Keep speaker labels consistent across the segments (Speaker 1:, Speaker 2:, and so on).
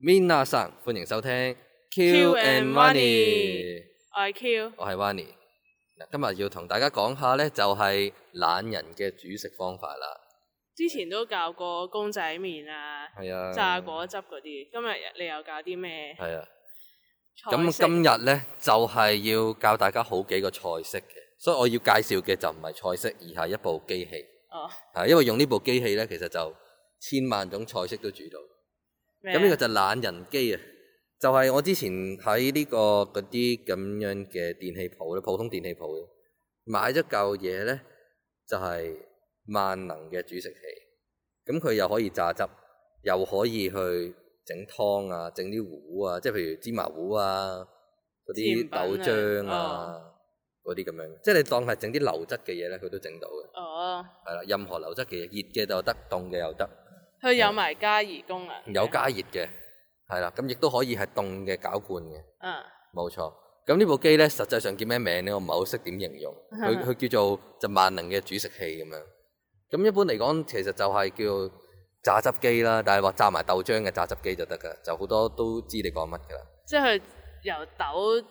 Speaker 1: Minna 生，歡迎收聽
Speaker 2: Q
Speaker 1: Q and
Speaker 2: and
Speaker 1: Money，
Speaker 2: 我係 Q，
Speaker 1: 我係 Wani。嗱，今日要同大家講下咧，就係懶人嘅煮食方法啦。
Speaker 2: 之前都教過公仔麵啊、
Speaker 1: 係啊，
Speaker 2: 榨果汁嗰啲，今日你又教啲咩？
Speaker 1: 係啊。
Speaker 2: 菜
Speaker 1: 咁
Speaker 2: 式
Speaker 1: 今日咧就係、要教大家好幾個菜式嘅，所以我要介紹嘅就唔係菜式，而係一部機器。
Speaker 2: 哦，
Speaker 1: 啊，因為用呢部機器咧，其實就千萬種菜式都煮到。
Speaker 2: 咩啊
Speaker 1: 咁呢個就懶人機啊，就係、我之前喺呢、個嗰啲咁樣嘅電器鋪咧，普通電器鋪咧，買咗嚿嘢咧，就係、萬能嘅煮食器。咁佢又可以榨汁，又可以去整湯啊，整啲糊啊，即係譬如芝麻糊啊，嗰啲
Speaker 2: 甜品啊哦
Speaker 1: 豆漿啊，嗰啲咁樣，即係你當係整啲流質嘅嘢咧，佢都整到嘅。
Speaker 2: 哦，
Speaker 1: 係啦，任何流質嘅嘢，熱嘅就得，凍嘅又得。
Speaker 2: 佢有埋加義工啊，
Speaker 1: 有加熱嘅，係啦，咁亦都可以係凍嘅攪罐嘅，
Speaker 2: 嗯，
Speaker 1: 冇錯。咁呢部機咧，實際上叫咩名咧？我唔係好識點形容。
Speaker 2: 嗯
Speaker 1: 佢佢叫做就萬能嘅煮食器咁樣。咁一般嚟講，其實就係叫榨汁機啦，但係話榨埋豆漿嘅榨汁機就得㗎，就好多都知你講乜㗎啦。
Speaker 2: 即係佢由豆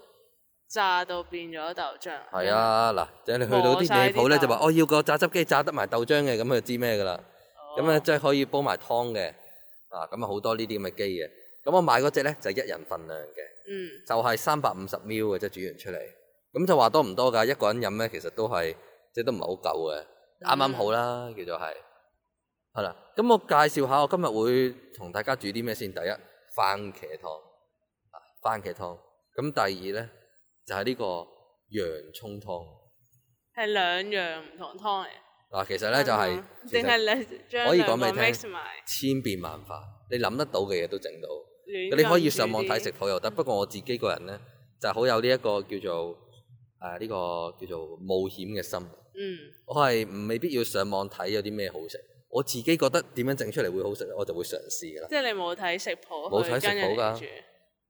Speaker 2: 榨到變咗豆漿。
Speaker 1: 係，啊，嗱，即係你去到啲
Speaker 2: 磨嗯晒
Speaker 1: 地
Speaker 2: 啲
Speaker 1: 鋪咧，
Speaker 2: 豆
Speaker 1: 就話我要個榨汁機榨得埋豆漿嘅，咁佢就知咩㗎啦。咁咧
Speaker 2: 啊，
Speaker 1: 即係可以煲埋湯嘅，啊，咁啊好多呢啲咁嘅機嘅。咁我買嗰只咧就係一人份量嘅。
Speaker 2: 嗯，
Speaker 1: 就係三百五十 ml 嘅啫，煮完出嚟。咁就話多唔多㗎？一個人飲咧，其實都係即係都唔係好夠嘅，啱
Speaker 2: 嗯
Speaker 1: 啱好啦，叫做係。係啦，咁我介紹下我今日會同大家煮啲咩先。第一，番茄湯，啊番茄湯。咁第二咧就係、呢個洋葱湯。
Speaker 2: 係兩樣唔同湯嚟。
Speaker 1: 嗱，其實咧就係、
Speaker 2: 嗯
Speaker 1: 其實
Speaker 2: 定係你將
Speaker 1: 可以
Speaker 2: 兩
Speaker 1: 講俾
Speaker 2: 個
Speaker 1: 你聽
Speaker 2: mix 埋，
Speaker 1: 千變萬化，你諗得到嘅嘢都整到。
Speaker 2: 亂
Speaker 1: 你可以
Speaker 2: 咁
Speaker 1: 上網
Speaker 2: 煮
Speaker 1: 睇
Speaker 2: 啲嗯
Speaker 1: 食譜又得，不過我自己個人咧就係好有呢一個叫做誒呢個叫做冒險嘅心。
Speaker 2: 嗯，
Speaker 1: 我係唔未必要上網睇有啲咩好食，我自己覺得點樣整出嚟會好食咧，我就會嘗試㗎啦。
Speaker 2: 即係你冇睇食譜，
Speaker 1: 冇睇食譜㗎
Speaker 2: 係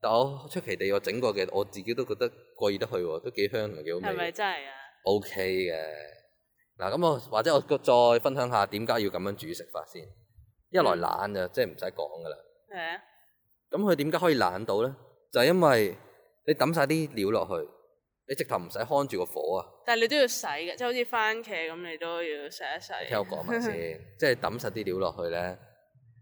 Speaker 1: 但我出奇地我整過嘅，我自己都覺得過意得去喎，都幾香同埋幾好
Speaker 2: 咪
Speaker 1: 味
Speaker 2: 真係啊？
Speaker 1: ，OK 嘅。嗱咁我或者我再分享下點解要咁樣煮食法先，一來
Speaker 2: 嗯
Speaker 1: 懶就即係唔使講㗎啦。
Speaker 2: 係啊，
Speaker 1: 咁佢點解可以懶到咧？就係、因為你抌晒啲料落去，你直頭唔使看住個火啊！
Speaker 2: 但係你都要洗嘅，即係好似番茄咁，你都要洗一洗。
Speaker 1: 聽我講埋先，即係抌晒啲料落去咧。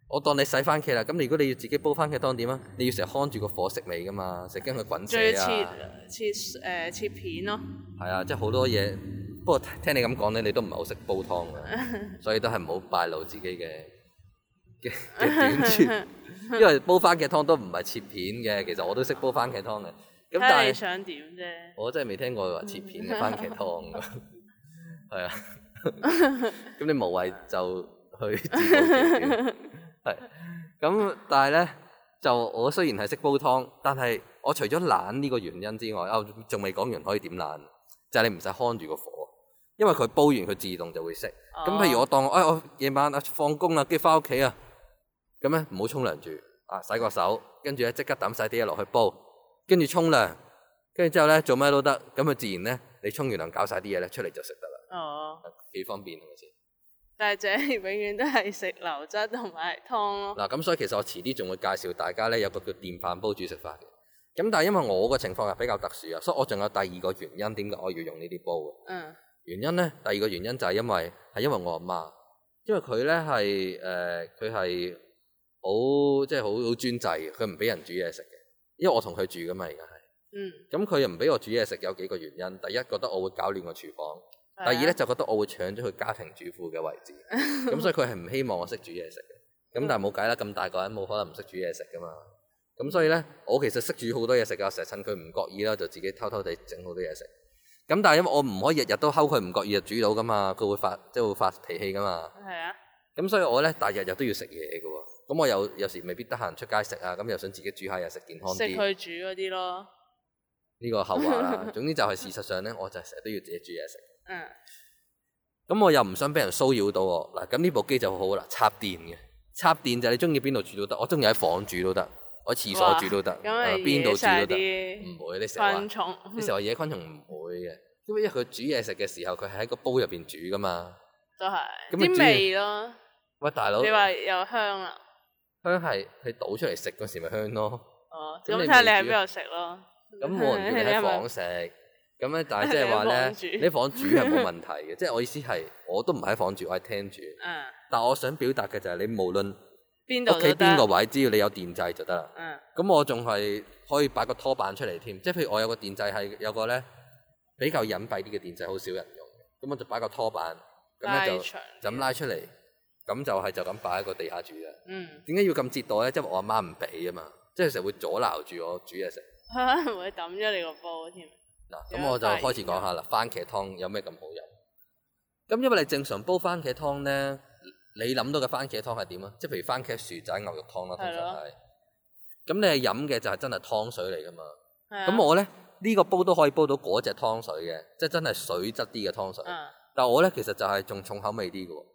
Speaker 1: 我當你洗番茄啦，咁如果你要自己煲番茄湯點啊？你要成日看住個火食味噶嘛，食驚佢滾
Speaker 2: 仲
Speaker 1: 死
Speaker 2: 要切
Speaker 1: 啊！
Speaker 2: 切誒、呃切片咯，
Speaker 1: 係啊，即係好多嘢。不過聽聽你咁講咧，你都唔係好識煲湯嘅，所以都係唔好敗露自己嘅嘅嘅短 處。因為煲番茄湯都唔係切片嘅，其實我都識煲番茄湯嘅。咁但
Speaker 2: 睇
Speaker 1: 係
Speaker 2: 你想點啫。
Speaker 1: 我真係未聽過話切片嘅番茄湯㗎，係啊，咁你無謂就去自暴自棄，係咁，但係咧就我雖然係識煲湯，但係我除咗懶呢個原因之外，啊我仲未講完可以點懶，就係、你唔使看住個火，因為佢煲完佢自動就會熄。咁、譬如
Speaker 2: 我
Speaker 1: 我當我哎我夜晚啊放工啦，跟住翻屋企啊，咁咧唔好沖涼住啊，洗個手，跟住咧即刻抌晒啲嘢落去煲，跟住沖涼，跟住之後咧做咩都得，咁佢自然咧你沖完涼搞晒啲嘢咧出嚟就食得啦，
Speaker 2: 哦，
Speaker 1: 啊幾方便係咪先？
Speaker 2: 但係姐永遠都係食流質同埋湯咯。
Speaker 1: 嗱咁所以其實我遲啲仲會介紹大家咧有個叫電飯煲煮食法嘅，咁但係因為我個情況係比較特殊啊，所以我仲有第二個原因點解我要用呢啲煲嘅。
Speaker 2: 嗯，
Speaker 1: 原因咧，第二個原因就係因為係因為我阿媽，因為佢咧係誒佢係好即係好好專制嘅，佢唔俾人煮嘢食嘅，因為我同佢住噶嘛而家係，
Speaker 2: 嗯，
Speaker 1: 咁佢又唔俾我煮嘢食有幾個原因，第一覺得我會搞亂個廚房，
Speaker 2: 係啊
Speaker 1: 第二咧就覺得我會搶咗佢家庭主婦嘅位 置，咁所以佢係唔希望我識煮嘢食嘅，咁但係冇計啦，咁大個人冇可能唔識煮嘢食噶嘛，咁所以咧我其實識煮好多嘢食噶，成日趁佢唔覺意啦，就自己偷偷地整好多嘢食。咁但係因為我唔可以日日都睺佢唔覺意就煮到噶嘛，佢會發即係會發脾氣噶嘛。
Speaker 2: 係啊，
Speaker 1: 咁所以我咧，但係日日都要食嘢嘅喎。咁我有有時未必得閒出街食啊，咁又想自己煮下嘢食健康
Speaker 2: 食
Speaker 1: 啲。
Speaker 2: 佢煮嗰啲咯。
Speaker 1: 呢個後話 啦。總之就係事實上咧，我就係成日都要自己煮嘢食。
Speaker 2: 嗯，
Speaker 1: 咁我又唔想俾人騷擾到我嗱。咁呢部機就好好啦，插電嘅。插電就係你中意邊度煮都得，我中意喺房煮都得，我喺廁所煮都得，
Speaker 2: 咁咪
Speaker 1: 啊邊度
Speaker 2: 惹晒
Speaker 1: 煮都得。
Speaker 2: 啲
Speaker 1: 唔會，你成日話
Speaker 2: 昆蟲。
Speaker 1: 你成日話野昆蟲唔會嘅，因為佢煮嘢食嘅時候，佢係喺個煲入邊煮噶嘛。
Speaker 2: 都係
Speaker 1: 咁咪
Speaker 2: 啲
Speaker 1: 煮
Speaker 2: 味咯。
Speaker 1: 喂，大佬，
Speaker 2: 你話又香啦，啊
Speaker 1: 香係佢倒出嚟食嗰時咪香咯。
Speaker 2: 哦，
Speaker 1: 咁
Speaker 2: 咁
Speaker 1: 你
Speaker 2: 睇下你
Speaker 1: 未煮啊
Speaker 2: 喺邊度食咯。
Speaker 1: 咁冇人叫你喺房食，咁咧但係即係話咧，
Speaker 2: 你喺房煮
Speaker 1: 你喺房煮係冇問題 嘅。即係我意思係，我都唔喺房煮，我喺廳煮。
Speaker 2: 嗯，
Speaker 1: 但我想表達嘅就係你無論
Speaker 2: 邊度
Speaker 1: 屋企
Speaker 2: 都
Speaker 1: 邊個
Speaker 2: 得。
Speaker 1: 位，只要你有電掣就得啦。
Speaker 2: 嗯，
Speaker 1: 咁我仲係可以擺個拖板出嚟添，即係譬如我有個電掣係有個咧比較隱蔽啲嘅電掣，好少人用嘅，咁我就擺個拖板，咁
Speaker 2: 拉
Speaker 1: 咧就
Speaker 2: 長
Speaker 1: 就咁拉出嚟，咁就係就咁擺喺個地下煮啦。
Speaker 2: 嗯，
Speaker 1: 點解要咁折墮咧？即係我阿媽唔俾啊嘛，即係成日會阻撓住我煮嘢食。
Speaker 2: 可能會抌咗你個煲添。
Speaker 1: 嗱，
Speaker 2: 有
Speaker 1: 咁我就
Speaker 2: 發現
Speaker 1: 開始講下啦。番茄湯有咩咁好飲？咁因為你正常煲番茄湯咧，你諗到嘅番茄湯係點啊？即係譬如番茄薯仔牛肉湯啦，通常
Speaker 2: 係咯
Speaker 1: 係。咁你係飲嘅就係真係湯水嚟噶嘛？
Speaker 2: 係啊
Speaker 1: 咁我咧呢、個煲都可以煲到嗰隻湯水嘅，即係真係水質啲嘅湯水。
Speaker 2: 嗯，
Speaker 1: 但我咧其實就係仲重口味啲嘅喎。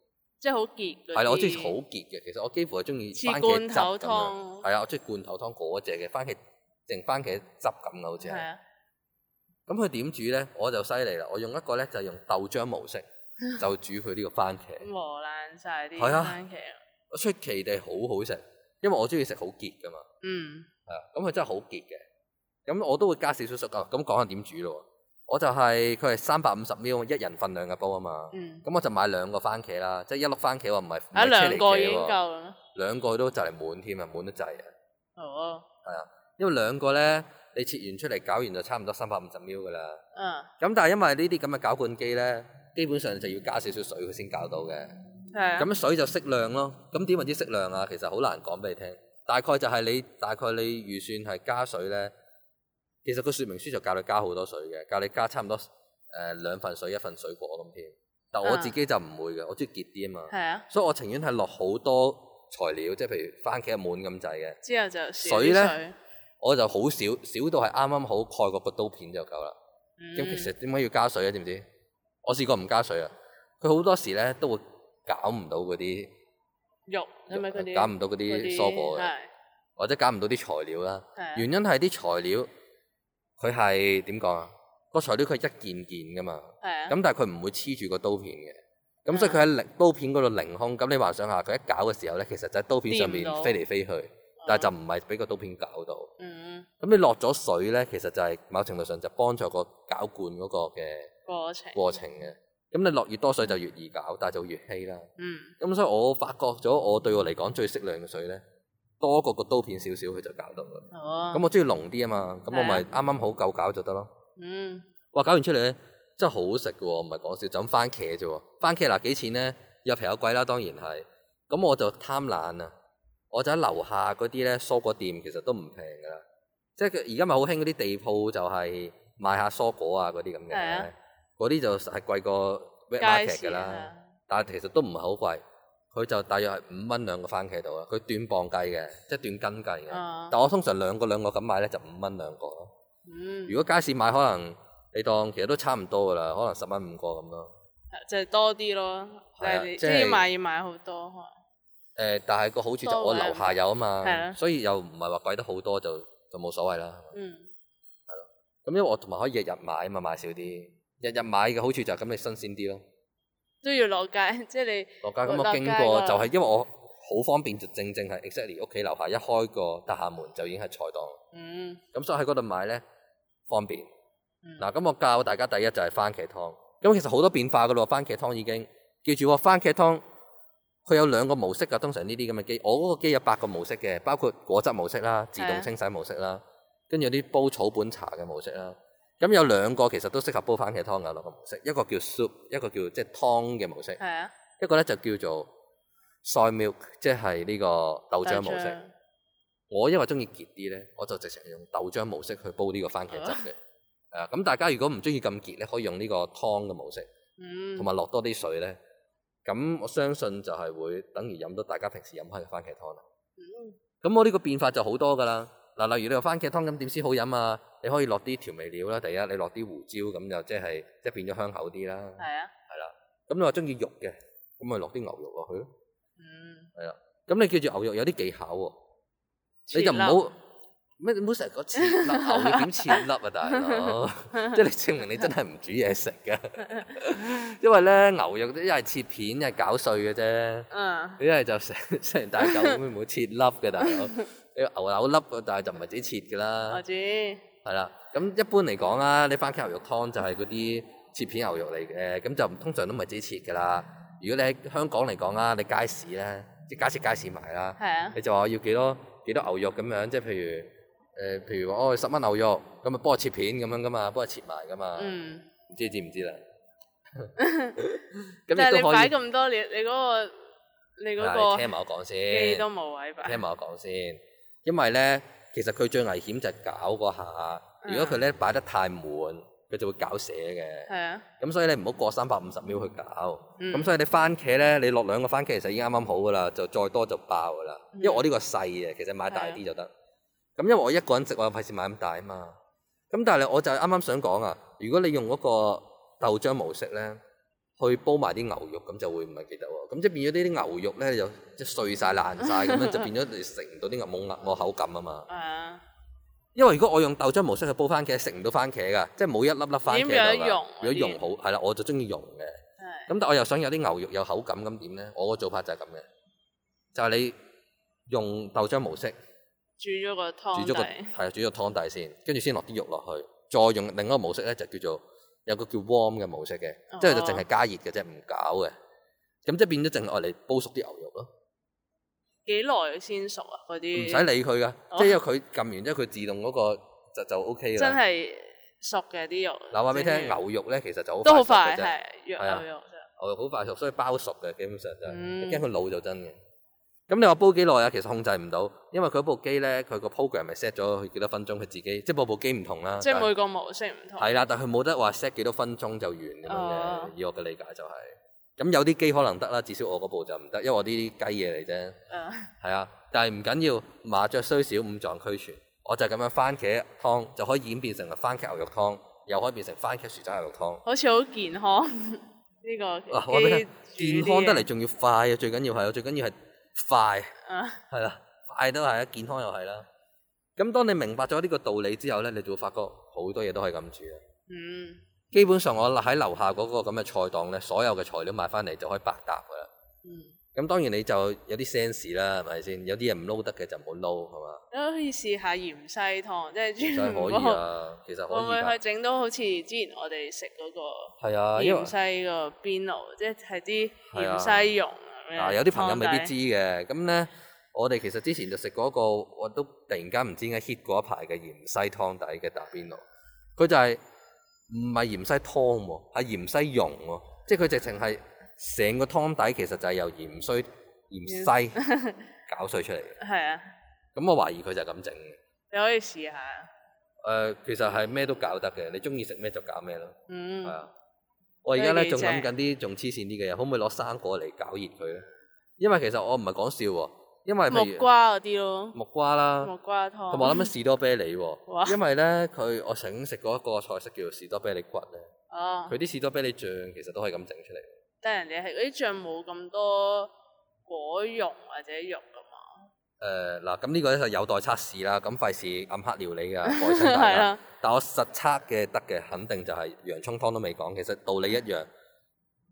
Speaker 2: 即係好結嗰
Speaker 1: 係啦，我中意
Speaker 2: 啲
Speaker 1: 好結嘅。其實我幾乎係中意
Speaker 2: 似
Speaker 1: 番茄
Speaker 2: 罐
Speaker 1: 汁
Speaker 2: 頭
Speaker 1: 咁
Speaker 2: 湯
Speaker 1: 樣。係啊，我中意罐頭湯嗰只嘅番茄，淨番茄汁咁嘅好似
Speaker 2: 係
Speaker 1: 係。
Speaker 2: 啊，
Speaker 1: 咁佢點煮咧？我就犀利啦！我用一個咧就係用豆漿模 式就煮佢呢個番茄，
Speaker 2: 磨爛晒啲
Speaker 1: 係啊
Speaker 2: 番茄。
Speaker 1: 我出奇地好好食，因為我中意食好結噶嘛，
Speaker 2: 嗯，
Speaker 1: 係啊，咁佢真係好結嘅。咁我都會加少少熟啊。咁講下點煮咯喎，我就係佢係三百五十 ml 一人份量嘅煲啊嘛。
Speaker 2: 嗯，
Speaker 1: 咁我就買兩個番茄啦，即係一粒番茄我唔係唔
Speaker 2: 啊
Speaker 1: 係車
Speaker 2: 兩
Speaker 1: 厘
Speaker 2: 個
Speaker 1: 茄
Speaker 2: 已經
Speaker 1: 喎，
Speaker 2: 夠啦。
Speaker 1: 兩個都就嚟滿添啊，滿得滯啊！
Speaker 2: 哦，
Speaker 1: 因為兩個咧，你切完出嚟搞完就差唔多三百五十 ml 噶啦。
Speaker 2: 嗯，
Speaker 1: 咁但係因為呢啲咁嘅攪拌機咧，基本上就要加少少水佢先搞到嘅。
Speaker 2: 係啊。
Speaker 1: 咁水就適量咯。咁點為之適量啊？其實好難講俾你聽。大概就係你大概你預算係加水咧，其實個說明書就教你加好多水嘅，教你加差唔多誒、呃、兩份水一份水果咁添。但我
Speaker 2: 啊
Speaker 1: 自己就唔會嘅，我中意結啲啊嘛，
Speaker 2: 係啊，
Speaker 1: 所以我情願係落好多材料，即係譬如番茄滿咁滯嘅，
Speaker 2: 之後就少啲
Speaker 1: 水呢
Speaker 2: 水
Speaker 1: 我就好少少到係啱啱好蓋過個刀片就夠啦。
Speaker 2: 嗯
Speaker 1: 咁其實點解要加水啊？知唔知？我試過唔加水啊，佢好多時咧都會搞唔到嗰啲，
Speaker 2: 肉係咪嗰啲
Speaker 1: 搞唔到嗰
Speaker 2: 嗰
Speaker 1: 啲蔬果嘅，
Speaker 2: 係
Speaker 1: 或者搞唔到啲材料啦。
Speaker 2: 係啊
Speaker 1: 原因係啲材料佢係點講啊？個材料佢係一件件噶嘛，
Speaker 2: 係嗯啊，
Speaker 1: 咁但係佢唔會黐住個刀片嘅，咁所以佢喺零刀片嗰度凌空。咁你幻想下，佢一搞嘅時候咧，其實就喺刀片上面
Speaker 2: 掂唔到哦
Speaker 1: 飛嚟飛去，但係就唔係俾個刀片搞到。
Speaker 2: 嗯
Speaker 1: 咁你落咗水咧，其實就係某程度上就幫助個攪拌嗰個嘅。
Speaker 2: 過程
Speaker 1: 過程嘅。咁你落越多水就越易搞，但係就越稀啦。
Speaker 2: 嗯
Speaker 1: 咁所以我發覺咗，我對我嚟講最適量嘅水咧，多過個刀片少少，佢就搞到啦。
Speaker 2: 哦
Speaker 1: 咁我中意濃啲啊嘛，咁我
Speaker 2: 係啊
Speaker 1: 咪啱啱好夠搞就得咯。
Speaker 2: 嗯
Speaker 1: 哇！搞完出嚟咧，真係好食嘅喎，唔係講笑，就咁番茄啫喎。番茄嗱幾錢咧？有平有貴啦，當然係。咁我就貪懶啊，我就喺樓下嗰啲咧蔬果店其實都唔平㗎啦。即係佢而家咪好興嗰啲地鋪，就係賣下蔬果啊嗰啲咁
Speaker 2: 係啊
Speaker 1: 嘅，嗰啲就係貴過 wet
Speaker 2: 街
Speaker 1: market
Speaker 2: 市
Speaker 1: 㗎啦。
Speaker 2: 啊
Speaker 1: 但係其實都唔係好貴，佢就大約係五蚊兩個番茄度啦。佢斷磅計嘅，即係斷斤計嘅。
Speaker 2: 啊
Speaker 1: 但我通常兩個兩個咁買咧，就五蚊兩個咯。
Speaker 2: 嗯，
Speaker 1: 如果街市買，可能你當其實都差唔多噶啦，可能十蚊五個咁咯。
Speaker 2: 就係多啲咯，
Speaker 1: 係啊
Speaker 2: 但係你
Speaker 1: 即
Speaker 2: 中
Speaker 1: 係
Speaker 2: 意買要買好多可能，
Speaker 1: 誒、但係個好處就我樓下有啊
Speaker 2: 多位係啊
Speaker 1: 嘛，所以又唔係話貴得好多就就冇所謂啦。
Speaker 2: 嗯
Speaker 1: 咁因為我同埋可以日日買啊嘛，買少啲。日日買嘅好處就係咁，你新鮮啲咯。
Speaker 2: 都要落街， 即係
Speaker 1: 落街咁
Speaker 2: 落
Speaker 1: 我
Speaker 2: 街
Speaker 1: 經過
Speaker 2: 㗎
Speaker 1: 就係因為我好方便，就正正係 exactly 屋企樓下一開個得下門就已經係菜檔，
Speaker 2: 你嗯
Speaker 1: 咁所以喺嗰度買咧方便。
Speaker 2: 嗯
Speaker 1: 嗱，咁我教大家第一就係番茄湯。咁其實好多變化噶咯，番茄湯已經記住喎，番茄湯佢有兩個模式噶。通常呢啲咁嘅機，我嗰個機有八個模式嘅，包括果汁模式啦、自動清洗模式啦，跟住有啲煲草本茶嘅模式啦。咁有兩個其實都適合煲番茄湯嘅兩個模式，一個叫 soup，一個叫即係湯嘅模式，
Speaker 2: 係啊
Speaker 1: 一個咧就叫做 soy milk，即係呢個豆漿
Speaker 2: 豆
Speaker 1: 模式。
Speaker 2: 漿
Speaker 1: 我因為中意結啲咧，我就直情用豆漿模式去煲呢個番茄汁嘅。係啊，咁大家如果唔中意咁結咧，可以用呢個湯嘅模式，
Speaker 2: 嗯
Speaker 1: 同埋落多啲水咧。咁我相信就係會等於飲到大家平時飲開嘅番茄湯啦。
Speaker 2: 嗯
Speaker 1: 咁我呢個變法就好多噶啦。嗱，例如你話番茄湯咁點先好飲啊？你可以落啲調味料啦，第一你落啲胡椒咁就即係即係變咗香口啲啦。
Speaker 2: 係啊
Speaker 1: 咁你話中意肉嘅，咁咪落啲牛肉落去咯。
Speaker 2: 嗯
Speaker 1: 咁你叫住牛肉有啲技巧喎、
Speaker 2: 切
Speaker 1: 你就唔好
Speaker 2: 粒
Speaker 1: 唔咩？你唔好成日講切粒牛，你點切粒啊，大 佬？即係你證明你真係唔煮嘢食嘅，因為咧牛肉一係切片，一係搞碎嘅啫。
Speaker 2: 嗯，
Speaker 1: 一係就成 成大嚿咁，唔好切粒嘅大佬。你牛柳粒嘅，但係就唔係自己切嘅
Speaker 2: 啊我
Speaker 1: 啦，
Speaker 2: 知，
Speaker 1: 係啦。咁一般嚟講啦，你番茄牛肉湯就係嗰啲切片牛肉嚟嘅，咁就通常都唔係自己切嘅啦。如果你喺香港嚟講啦，你街市咧，即係假設街市買啦，
Speaker 2: 係 啊，
Speaker 1: 你就話要幾多幾多牛肉咁樣，即係譬如誒、呃譬如話哦十蚊牛肉，咁啊幫我切片咁樣噶嘛，幫我切埋噶嘛，唔、
Speaker 2: 嗯，
Speaker 1: 知知唔 知啦？咁
Speaker 2: 但係
Speaker 1: 亦
Speaker 2: 你
Speaker 1: 都可
Speaker 2: 擺
Speaker 1: 以，
Speaker 2: 咁多年，你嗰個你
Speaker 1: 嗱
Speaker 2: 嗰
Speaker 1: 你聽
Speaker 2: 個
Speaker 1: 埋我講
Speaker 2: 機
Speaker 1: 先。
Speaker 2: 都冇位擺
Speaker 1: 聽，埋我講先，因為咧，其實佢最危險就係搞嗰下。如果佢咧擺得太滿，佢就會搞瀉嘅。
Speaker 2: 嗯係啊，
Speaker 1: 咁所以你唔好過三百五十秒去搞。咁、
Speaker 2: 嗯
Speaker 1: 所以你番茄咧，你落兩個番茄其實已經啱啱好噶啦，就再多就爆噶啦。
Speaker 2: 嗯啊
Speaker 1: 因為我呢個細嘅，其實買大啲就得。咁因為我一個人食，我費事買咁大啊嘛。咁但係我就啱啱想講啊，如果你用嗰個豆漿模式咧，去煲埋啲牛肉，咁就會唔係幾得喎。咁即係變咗呢啲牛肉咧，就即係碎晒爛晒 咁樣，就變咗你食唔到啲牛冇牛冇口感啊嘛。
Speaker 2: 係啊，
Speaker 1: 因為如果我用豆漿模式去煲番茄，食唔到番茄噶，即係冇一粒粒番茄
Speaker 2: 點樣
Speaker 1: 㗎
Speaker 2: 溶
Speaker 1: 如果
Speaker 2: 嗰
Speaker 1: 溶
Speaker 2: 啲
Speaker 1: 好係啦，我就中意溶嘅。
Speaker 2: 係，
Speaker 1: 咁但我又想有啲牛肉有口感，咁點咧？我個做法就係咁嘅，就係、你用豆漿模式。
Speaker 2: 煮咗個湯
Speaker 1: 煮咗個
Speaker 2: 底，
Speaker 1: 係啊煮咗個湯底先，跟住先落啲肉落去，再用另一個模式咧就叫做有個叫 warm 嘅模式嘅，
Speaker 2: 哦
Speaker 1: 即係就淨係加熱嘅啫，唔搞嘅。咁即係變咗淨係愛嚟煲熟啲牛肉咯，
Speaker 2: 幾耐先熟啊？嗰
Speaker 1: 唔
Speaker 2: 啲
Speaker 1: 使理佢噶，
Speaker 2: 哦
Speaker 1: 即係因為佢撳完之後佢自動嗰個就就 O K
Speaker 2: 真
Speaker 1: 啦。
Speaker 2: 係熟嘅啲肉，
Speaker 1: 嗱話俾你
Speaker 2: 真
Speaker 1: 聽，
Speaker 2: 係
Speaker 1: 牛肉咧其實就好
Speaker 2: 都好
Speaker 1: 熟嘅
Speaker 2: 快，
Speaker 1: 啫
Speaker 2: 係
Speaker 1: 係啊
Speaker 2: 肉牛肉啫，
Speaker 1: 牛肉好快熟，所以包熟嘅基本上就係、
Speaker 2: 嗯
Speaker 1: 你驚佢老就真嘅。咁你話煲幾耐啊？其實控制唔到，因為佢部機咧，佢個 program 係 set 咗佢幾多分鐘，佢自己即係部部機唔同啦。
Speaker 2: 即
Speaker 1: 但
Speaker 2: 係每個模式唔同，
Speaker 1: 係啦，但佢冇得話 set 幾多分鐘就完咁樣嘅
Speaker 2: 哦，
Speaker 1: 以我嘅理解就係、咁有啲機可能得啦，至少我嗰部就唔得，因為我啲雞嘢嚟啫。
Speaker 2: 誒
Speaker 1: 係啊，但係唔緊要，麻雀雖小五臟俱全，我就咁樣番茄湯就可以演變成番茄牛肉湯，又可以變成番茄薯仔牛肉湯。
Speaker 2: 好似好健康 呢個
Speaker 1: 哇！啊我覺得
Speaker 2: 機
Speaker 1: 健
Speaker 2: 煮啲
Speaker 1: 康得嚟，
Speaker 2: 嘢
Speaker 1: 仲要快啊！最緊要係，最緊要係快。
Speaker 2: 啊
Speaker 1: 係啦，快都係啊，健康又係啦。咁當你明白咗呢個道理之後咧，你就會發覺好多嘢都可以咁煮啦。
Speaker 2: 嗯
Speaker 1: 基本上我喺樓下嗰個咁嘅菜檔咧，所有嘅材料買翻嚟就可以百搭噶啦。
Speaker 2: 嗯，
Speaker 1: 咁當然你就有啲 sense 啦，係咪先？有啲嘢唔撈得嘅就唔好撈，係嘛？
Speaker 2: 都可以試下芫茜湯，即係
Speaker 1: 所
Speaker 2: 專
Speaker 1: 以可
Speaker 2: 門
Speaker 1: 以啊，其實
Speaker 2: 會唔會
Speaker 1: 可
Speaker 2: 去
Speaker 1: 以㗎。
Speaker 2: 整到好似之前我哋食嗰個
Speaker 1: 係啊，因為
Speaker 2: 芫茜個邊爐，即係啲
Speaker 1: 係啊
Speaker 2: 芫茜蓉咁樣
Speaker 1: 啊有啲朋友未必知
Speaker 2: 湯底
Speaker 1: 嘅。咁咧，我哋其實之前就食過一個，我都突然間唔知點解 hit 過一排嘅芫茜湯底嘅打邊爐。佢就係唔係芫茜湯喎，係芫茜蓉喎，即係佢直情係成個湯底其實就係由芫荽、芫茜 搞碎出嚟嘅。
Speaker 2: 係啊，
Speaker 1: 咁我懷疑佢就係咁整嘅。誒、
Speaker 2: 你可以試下，
Speaker 1: 其實係咩都搞得嘅，你中意食咩就搞咩咯，係
Speaker 2: 嗯，
Speaker 1: 啊。我而家咧
Speaker 2: 都
Speaker 1: 仲
Speaker 2: 幾
Speaker 1: 諗
Speaker 2: 正
Speaker 1: 緊啲仲黐線啲嘅嘢，可唔可以攞生果嚟搞熱佢咧？因為其實我唔係講笑喎，因為譬
Speaker 2: 木
Speaker 1: 如
Speaker 2: 瓜嗰啲咯，
Speaker 1: 木瓜
Speaker 2: 木
Speaker 1: 啦，
Speaker 2: 瓜
Speaker 1: 同埋我
Speaker 2: 湯，
Speaker 1: 諗緊士多啤梨
Speaker 2: 哇
Speaker 1: 喎，因為咧佢我曾食過一個菜式叫做士多啤梨骨咧，
Speaker 2: 哦
Speaker 1: 佢，啲士多啤梨醬其實都可以咁整出嚟。
Speaker 2: 但係人哋係嗰啲醬冇咁多果蓉或者肉噶嘛，
Speaker 1: 誒嗱，咁呢個咧就有待測試啦，咁費事暗黑料 理㗎，害親大
Speaker 2: 係
Speaker 1: 家。
Speaker 2: 啊，
Speaker 1: 但我實測嘅得嘅，肯定就係洋葱湯都未講，其實道理一樣。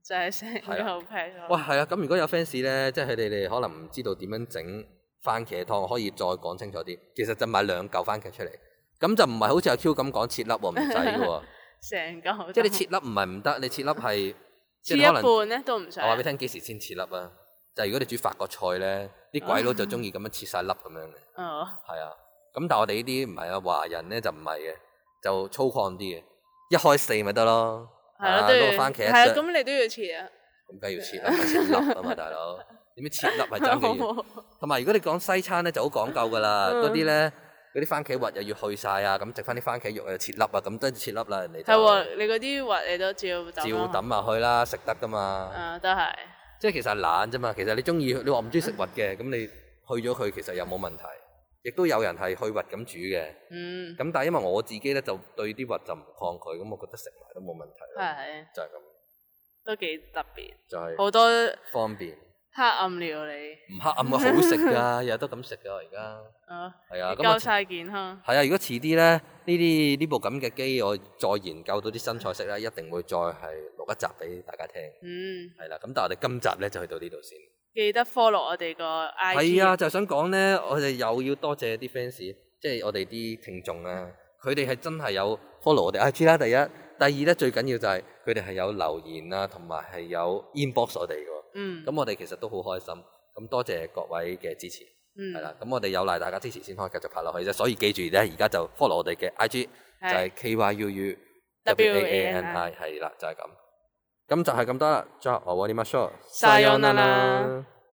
Speaker 2: 就係成
Speaker 1: 係啊
Speaker 2: 個劈咗，
Speaker 1: 哇，係啊！咁如果有 fans 咧，即係佢哋哋可能唔知道點樣整番茄湯，可以再講清楚啲。其實就買兩嚿番茄出嚟，咁就唔係好似阿 Q 咁講切粒喎，唔使嘅 喎。
Speaker 2: 成嚿，
Speaker 1: 即係你 切粒唔係唔得，你切粒係
Speaker 2: 切
Speaker 1: 即
Speaker 2: 一啊
Speaker 1: 係可能。
Speaker 2: 半咧都唔使
Speaker 1: 我，話俾你聽幾時先切粒啊？就係如果你煮法國菜咧，啲鬼佬就中意咁樣切晒粒咁樣嘅，
Speaker 2: 哦，
Speaker 1: 係啊。咁但係我哋呢啲唔係啊，華人咧就唔係嘅，就粗犷啲嘅，一開四咪得咯。
Speaker 2: 係
Speaker 1: 啊
Speaker 2: 咯都
Speaker 1: 攞個
Speaker 2: 要，
Speaker 1: 番茄
Speaker 2: 係
Speaker 1: 一張
Speaker 2: 啊，咁你都要切啊，
Speaker 1: 咁梗係要切啦，切粒啊嘛，大佬。點知切粒係爭 幾遠？同埋如果你講西餐咧，就好講究噶啦，
Speaker 2: 嗯
Speaker 1: 嗰啲咧嗰啲番茄核又要去晒啊，咁剩翻啲番茄肉又切粒啊，咁跟住切粒啦，人哋
Speaker 2: 係
Speaker 1: 就
Speaker 2: 喎，你嗰啲核你都照抌，啊
Speaker 1: 照，抌埋去啦，食得噶嘛。
Speaker 2: 啊，都係，
Speaker 1: 即係其實係懶啫嘛，其實你中意，你話唔中意食核
Speaker 2: 嗯
Speaker 1: 嘅，咁你去咗佢其實又冇問題。亦都有人係去核咁煮嘅，
Speaker 2: 嗯，
Speaker 1: 咁但係因為我自己咧就對啲核就唔抗拒，咁我覺得食埋都冇問題咯。
Speaker 2: 係
Speaker 1: 就係咁，
Speaker 2: 都幾特別，
Speaker 1: 就係
Speaker 2: 好多
Speaker 1: 方便。
Speaker 2: 黑暗料理
Speaker 1: 唔黑暗嘅好食 㗎，日日都咁食㗎我而家。
Speaker 2: 啊，
Speaker 1: 係啊，咁啊
Speaker 2: 夠晒健康，
Speaker 1: 係啊，如果遲啲咧，呢啲呢部咁嘅機，我再研究到啲新菜式咧，一定會再係錄一集俾大家聽。
Speaker 2: 嗯，
Speaker 1: 係啦，咁但係我哋今集咧就去到呢度先。
Speaker 2: 記得 follow 我哋個 I，
Speaker 1: 係啊，就想講咧，我哋又要多謝啲 fans，即係我哋啲聽眾啊，佢哋係真係有 follow 我哋 IG 啦，第一，第二咧最緊要就係佢哋係有留言啊，同埋係有 inbox 我哋嘅
Speaker 2: 嗯
Speaker 1: 喎，，咁我哋其實都好開心，咁多謝各位嘅支持，
Speaker 2: 嗯
Speaker 1: 係，啦，咁我哋有賴大家支持先可以繼續拍落去啫，所以記住咧，而家就 follow 我哋嘅 IG 就係
Speaker 2: 係
Speaker 1: KYUU
Speaker 2: W A N
Speaker 1: I，係啦，就係咁，咁就係咁多啦，再我 w a n i m a s h o w
Speaker 2: さようなら